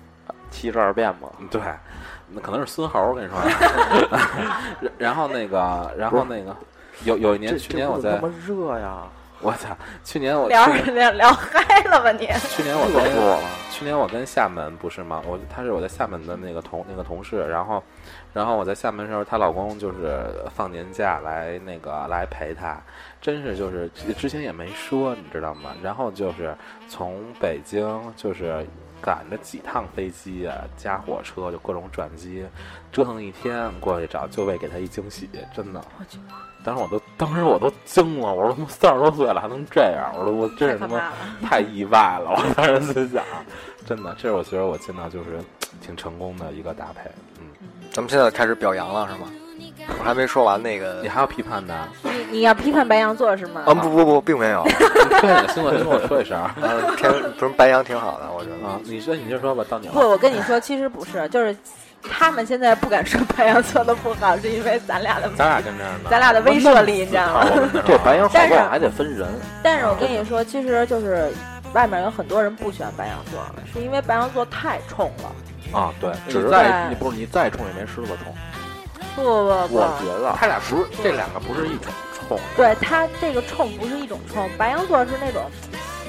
七十二变》嘛，
对，那可能是孙猴，我跟 你说。然然后那个，然后那个，有有一年，
这
去年我在
这不，能这么热呀，
我操，去年我
聊
去
聊聊嗨了吧你？
去年我
热
跟
死我了。
去年我跟厦门不是吗？我她是我在厦门的那个同那个同事，然后，然后我在厦门的时候，她老公就是放年假来那个来陪她，真是就是之前也没说，你知道吗？然后就是从北京就是赶着几趟飞机啊，加火车就各种转机，折腾一天过去找，就为给她一惊喜，真的。当时我都当时我都惊了，我说三十多岁了还能这样，我说我真是
太可
他妈
怕了！
太意外了， 我当时就想，真的，这是我觉得我见到就是挺成功的一个搭配。嗯，
咱们现在开始表扬了是吗？我还没说完那个
你，还要批判 呢？
你你要批判白羊座是吗？
啊不不不，并没有，
对，你跟我跟我说一声啊，
呃挺不是白羊挺好的，我觉
啊
得。
你说你就说吧，到你
不，
了。
我跟你说，其实不是，就是他们现在不敢说白羊座的不好，是因为咱俩的
咱俩跟这儿呢，
咱俩的威慑力，你知道吗？
哦这白羊好
但
不
是嗯
好还得分人，
但是我跟你说，其实就是外面有很多人不喜欢白羊座，是因为白羊座太冲了。
啊，对，只
你
是
再
对
你不是你再冲也没狮子冲。
不不不
我，觉得啊
他俩不是这两个不是一种冲，
对他这个冲不是一种冲，白羊座是那种，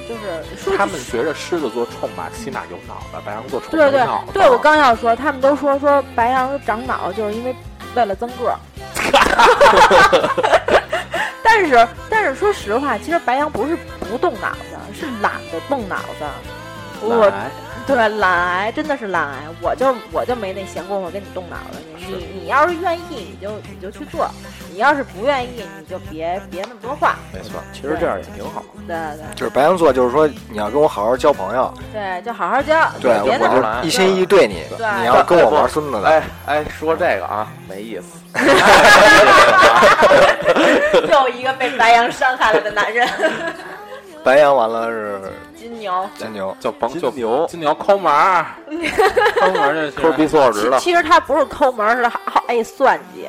就是说
他们觉着狮子座冲吧，起码有脑子，白羊座冲
对
没
对
脑子。
对，我刚要说，他们都说说白羊长脑，就是因为为了增 个儿。 但是但是说实话，其实白羊不是不动脑子，是懒得动脑子。我
来
对懒癌真的是懒癌，我就我就没那闲工夫跟你动脑子。你
是
你你要是愿意，你就你就去做；你要是不愿意，你就别别那么多话。
没错，其实这样也挺好。
对对
就是白羊座，就是说你要跟我好好交朋友，
对，就好好教，
对
别那
好好
么
我
来
就一心一意对你，
对
你要跟我玩孙子的，
哎哎，说这个啊，没意思。
又一个被白羊伤害了的男人，
白羊完了是
金牛。
金牛，
就甭就
金牛
金牛抠门 儿，抠门儿这是
抠鼻缩小直了，
其实他不是抠门儿，是好好爱算计，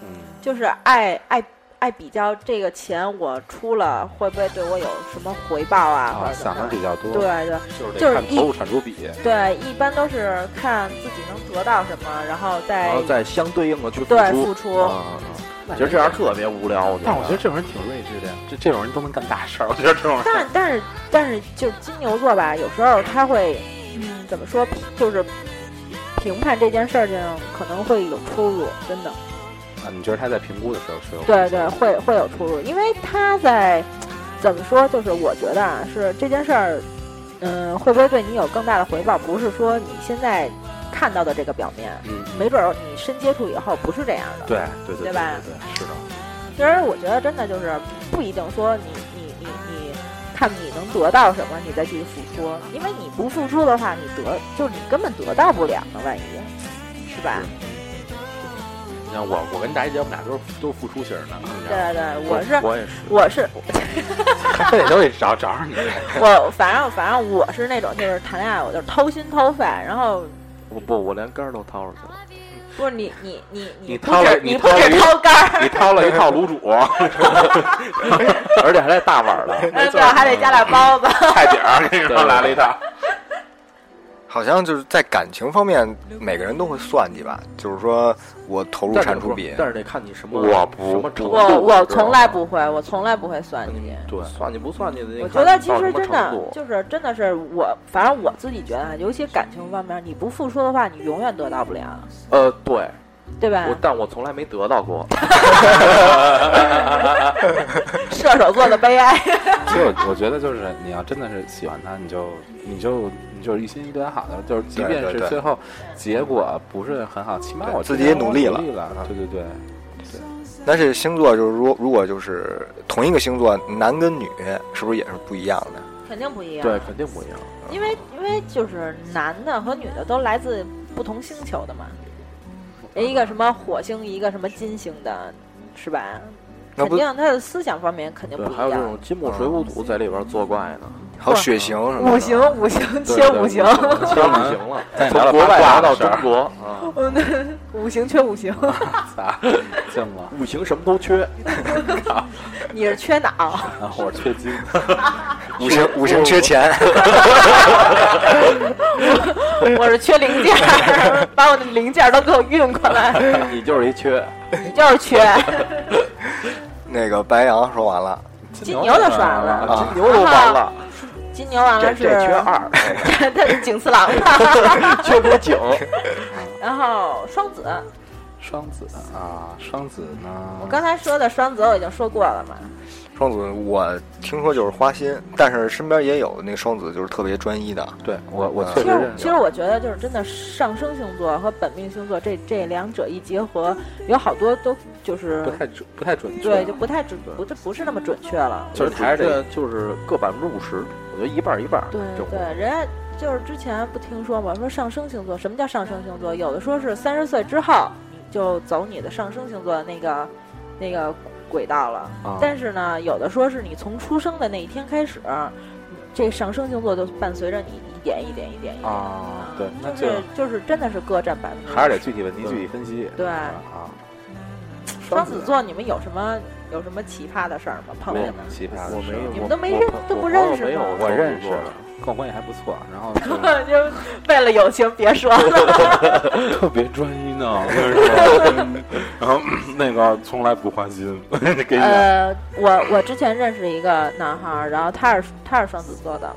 嗯，
就是爱爱爱比较这个钱我出了会不会对我有什么回报啊，或
啊，
者怎
想
么
的比
样。
较多，
对对
就是
就
得
是
看
一
投入产出比。
对，一般都是看自己能得到什么，然后再
然后再相对应的去付
哎对
出
付。出。
啊，其实这样特别无聊，我觉得。
但我觉得这种人挺睿智的，呀，这这种人都能干大事儿。我觉得这种人
但但是但是，就是金牛座吧，有时候他会，嗯，怎么说，就是评判这件事情可能会有出入，真的。
啊，你觉得他在评估的时候是有
对对，会会有出入，因为他在怎么说，就是我觉得啊，是这件事儿，嗯，会不会对你有更大的回报，不是说你现在看到的这个表面，
嗯，
没准儿你深接触以后不是这样的。
对对对
对吧
对，是的，
其实我觉得真的就是不一定说你你你你看你能得到什么，你再去付出，因为你不付出的话，你得就是你根本得到不了呢，万一是吧？
你看我我跟大姐，我们俩都是都是付出型的，你知道吗
对对，我是
我也是，
我是
他非得都得找找着你，
我，反正反正我是那种就是谈恋爱我就是掏心掏肺，然后
我不我连杆儿都掏出去了，
不是你你你
你
不
掏了
止
你
你不
掏了
止
一
掏杆儿，
你掏了一套 卤煮，
而且还带大碗儿 的，
嗯对，还得加点包子。
菜底儿给
对
你
对
说来了一套，
好像就是在感情方面，每个人都会算计吧，就是说我投入
但是
产出
不
比，
但是得看你什么
我不
什么程度，
我我
知道
从
吗
来不会，我从来不会算计。
嗯对算计不算计的，
我觉得其
看
实
你到
真
什么程
的
度
就是真的是我，反正我自己觉得啊，尤其感情方面，你不付出的话，你永远得到不了，
呃对，
对吧
我？但我从来没得到过，
射手座的悲哀。
其实我我觉得就是你要真的是喜欢他，你就你就你就是一心一对他好的，就是即
对
便
对
是
对
最后结果不是很好，起码
对
我
自
知
己也
道
努
我
力
努
了
力
啊
了，对对对，
但是星座就是如如果就是同一个星座，男跟女是不是也是不一样的？
肯定不一样，
对，肯定不一样。
因为因为就是男的和女的都来自不同星球的嘛，一个什么火星，一个什么金星的，是吧？
那
肯
不
定他的思想方面肯定
对，
不一
还有这
样嗯
种。金木水火土在里边作怪 呢，
还有血型什么的。
五行五 行
对
缺
对
五行，
缺五行了，
聊
从
了
国
八
外
卦
拿
的
到
事
中
儿
国啊，
五行缺五行，
咋进了？
五行什么都缺，
你是缺脑。
然啊后我缺金，
五行五行缺钱，
我是缺零件儿，把我的零件儿都给我运过来。
你就是一 缺。
你就是缺，
那个白羊说完了，
金牛就
说
说完了
啊
金牛都完了，
金牛完
这
了是
这缺 二，
他是井次郎吧？
缺不 井，
然后双子，
双子啊，双子呢？
我刚才说的双子我已经说过了嘛。
双子我听说就是花心，但是身边也有那个双子就是特别专一的，
对我我
嗯
确
其
实
实
认
其实我觉得就是真的上升星座和本命星座这这两者一结合，有好多都就是
不太准不太准确，
对就不太准，不这不是那么准确了。
就
就是是
还
还
是
是得
得就是各百分之五十，我觉得一半儿一半儿。
对
这种
对，人家就是之前不听说吗？说上升星座，什么叫上升星座？有的说是三十岁之后你就走你的上升星座的那个那个轨道了，
啊
但是呢，有的说是你从出生的那一天开始，你这上升星座就伴随着你一点一点一点一点，
啊，对，那就
就
是
就是真的是各占百分之，
还是得具体问题具体分析。
对
啊，
双子座，你们有什么有什么奇葩的事儿吗？碰
没
见
有
的？
奇葩的
我
事儿，
没有，
你们
我
都没
我
认
朋
都不
我
认
朋友
识
没有
吗
我
我认识
过的，
跟我关系还不错，然 后就
就为了友情别说了，
特别专一呢， 我跟 你说，然后那个从来不花心， 给你
呃，我我之前认识一个男孩儿，然后他是他是双子座的，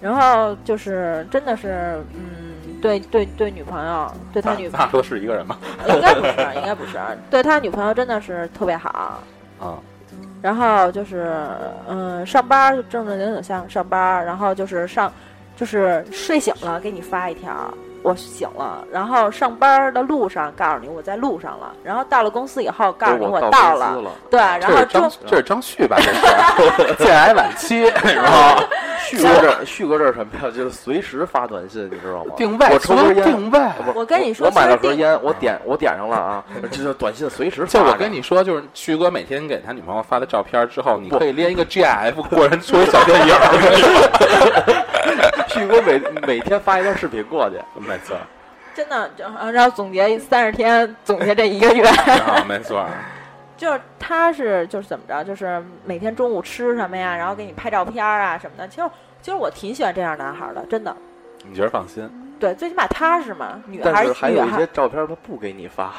然后就是真的是，嗯，对对对，女朋友对他女
咱俩说是一个人吗？
应该不是应该不是，对他女朋友真的是特别好。
啊，
然后就是，嗯，上班儿就正正经经上上班儿，然后就是上，就是睡醒了给你发一条，我醒了，然后上班儿的路上告诉你我在路上了，然后到了公司以后告诉你
我
我
到
到
公司
了，
了，
对，然
这
后
是
中
张这是张旭吧？这是肺癌晚期， 然后
旭哥这 儿旭哥这儿什么呀？就是随时发短信，你知道吗？
定位，
我抽根烟
定位。
不是
我跟你说
我买了
其
盒
实
烟，我点我点上了啊，这就短信随时发
就
着。
我跟你说，就是旭哥每天给他女朋友发的照片之后，你可以连一个 GIF 过人出一小电影儿。
旭哥每每天发一段视频过 去，
没错，
真的，然后然后总结三十天，总结这一个月，
啊，没错，
就是他是就是怎么着，就是每天中午吃什么呀，然后给你拍照片啊什么的。其实其实我挺喜欢这样男孩的，真的。
你觉得放心？
对，最起码踏实嘛，女孩
但
儿
是还
女
有一
孩
些
儿，
照片他不给你发，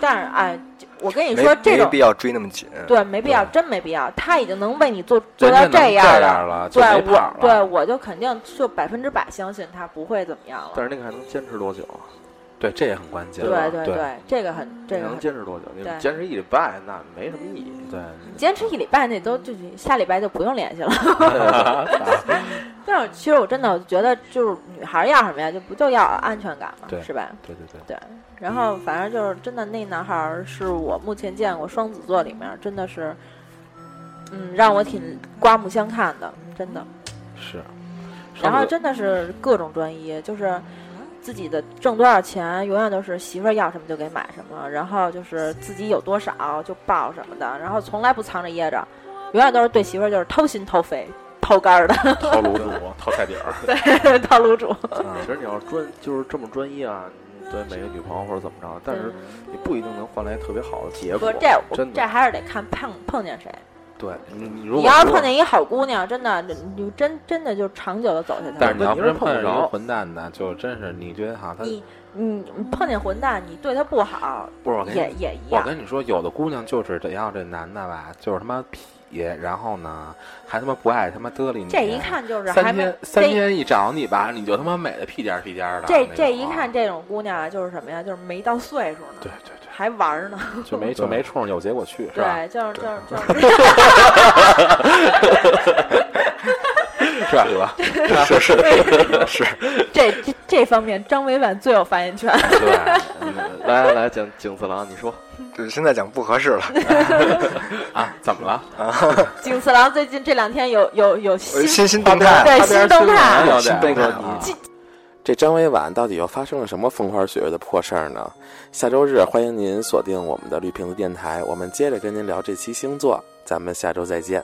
但是哎，就我跟你
没
说这
没
种
必要追那么紧。
对没必要，真没必要。他已经能为你做做到
人家能
样
这样了就
对
没跑
我
了
对我就肯定就百分之百相信他不会怎么样了。
但是那个还能坚持多久啊？
对，这也很关键。
对
对
对，这个很这个
能
很。
坚持多久？你
对
坚持一礼拜，那没什么意义。
对
坚持一礼拜那都就是下礼拜就不用联系了。
对
但是其实我真的觉得，就是女孩要什么呀，就不就要安全感嘛
对，
是吧？
对对对，
对。然后反正就是真的，那男孩儿是我目前见过双子座里面真的是，嗯，让我挺刮目相看的，真的。
是。
然
上
后
次
真的是各种专一，就是自己的挣多少钱，永远都是媳妇儿要什么就给买什么，然后就是自己有多少就报什么的，然后从来不藏着掖着，永远都是对媳妇儿就是掏心掏肺、掏肝儿的
掏卤煮、掏啊菜底儿，
掏卤煮。
其实你要专就是这么专一啊，你对每个女朋友或者怎么着，但是你不一定能换来特别好的结
不
果
是。这我
真的
这还是得看碰碰见谁。
对，你你如
你
果
要是
说
碰见一好姑娘，真的你你真真的就长久的走下去了。
但是你要
问题是
真
碰
碰
不
上一
着
个混蛋的，就真是你觉得哈，他
你你你碰见混蛋，你对她不好
不是我跟你
也也一
我
样。
跟你说，有的姑娘就是得要这男的吧，就是他妈痞，然后呢还他妈不爱他妈嘚理你。
这一看就是还
三
没
天三
这
天一找你吧，你就他妈美的屁颠儿屁颠儿的。
这
那
这
种
一看，，这种姑娘啊，就是什么呀？就是没到岁数呢，
对对对，
还玩儿呢。
就没就没冲着有结果去，是吧
对，？就是就是 就是，
是吧？对吧？
是是是，
这这这方面，张伟婉最有发言权。
对，
嗯来来来，景景次郎，你说
对，现在讲不合适了。
啊，怎么了？
景次郎最近这两天有有有新
呃新新动态，
对新动态，
有
新
点
动态
儿
啊
啊，
这张伟婉到底又发生了什么风花雪月的破事儿呢？下周日欢迎您锁定我们的绿瓶子电台，我们接着跟您聊这期星座，咱们下周再见，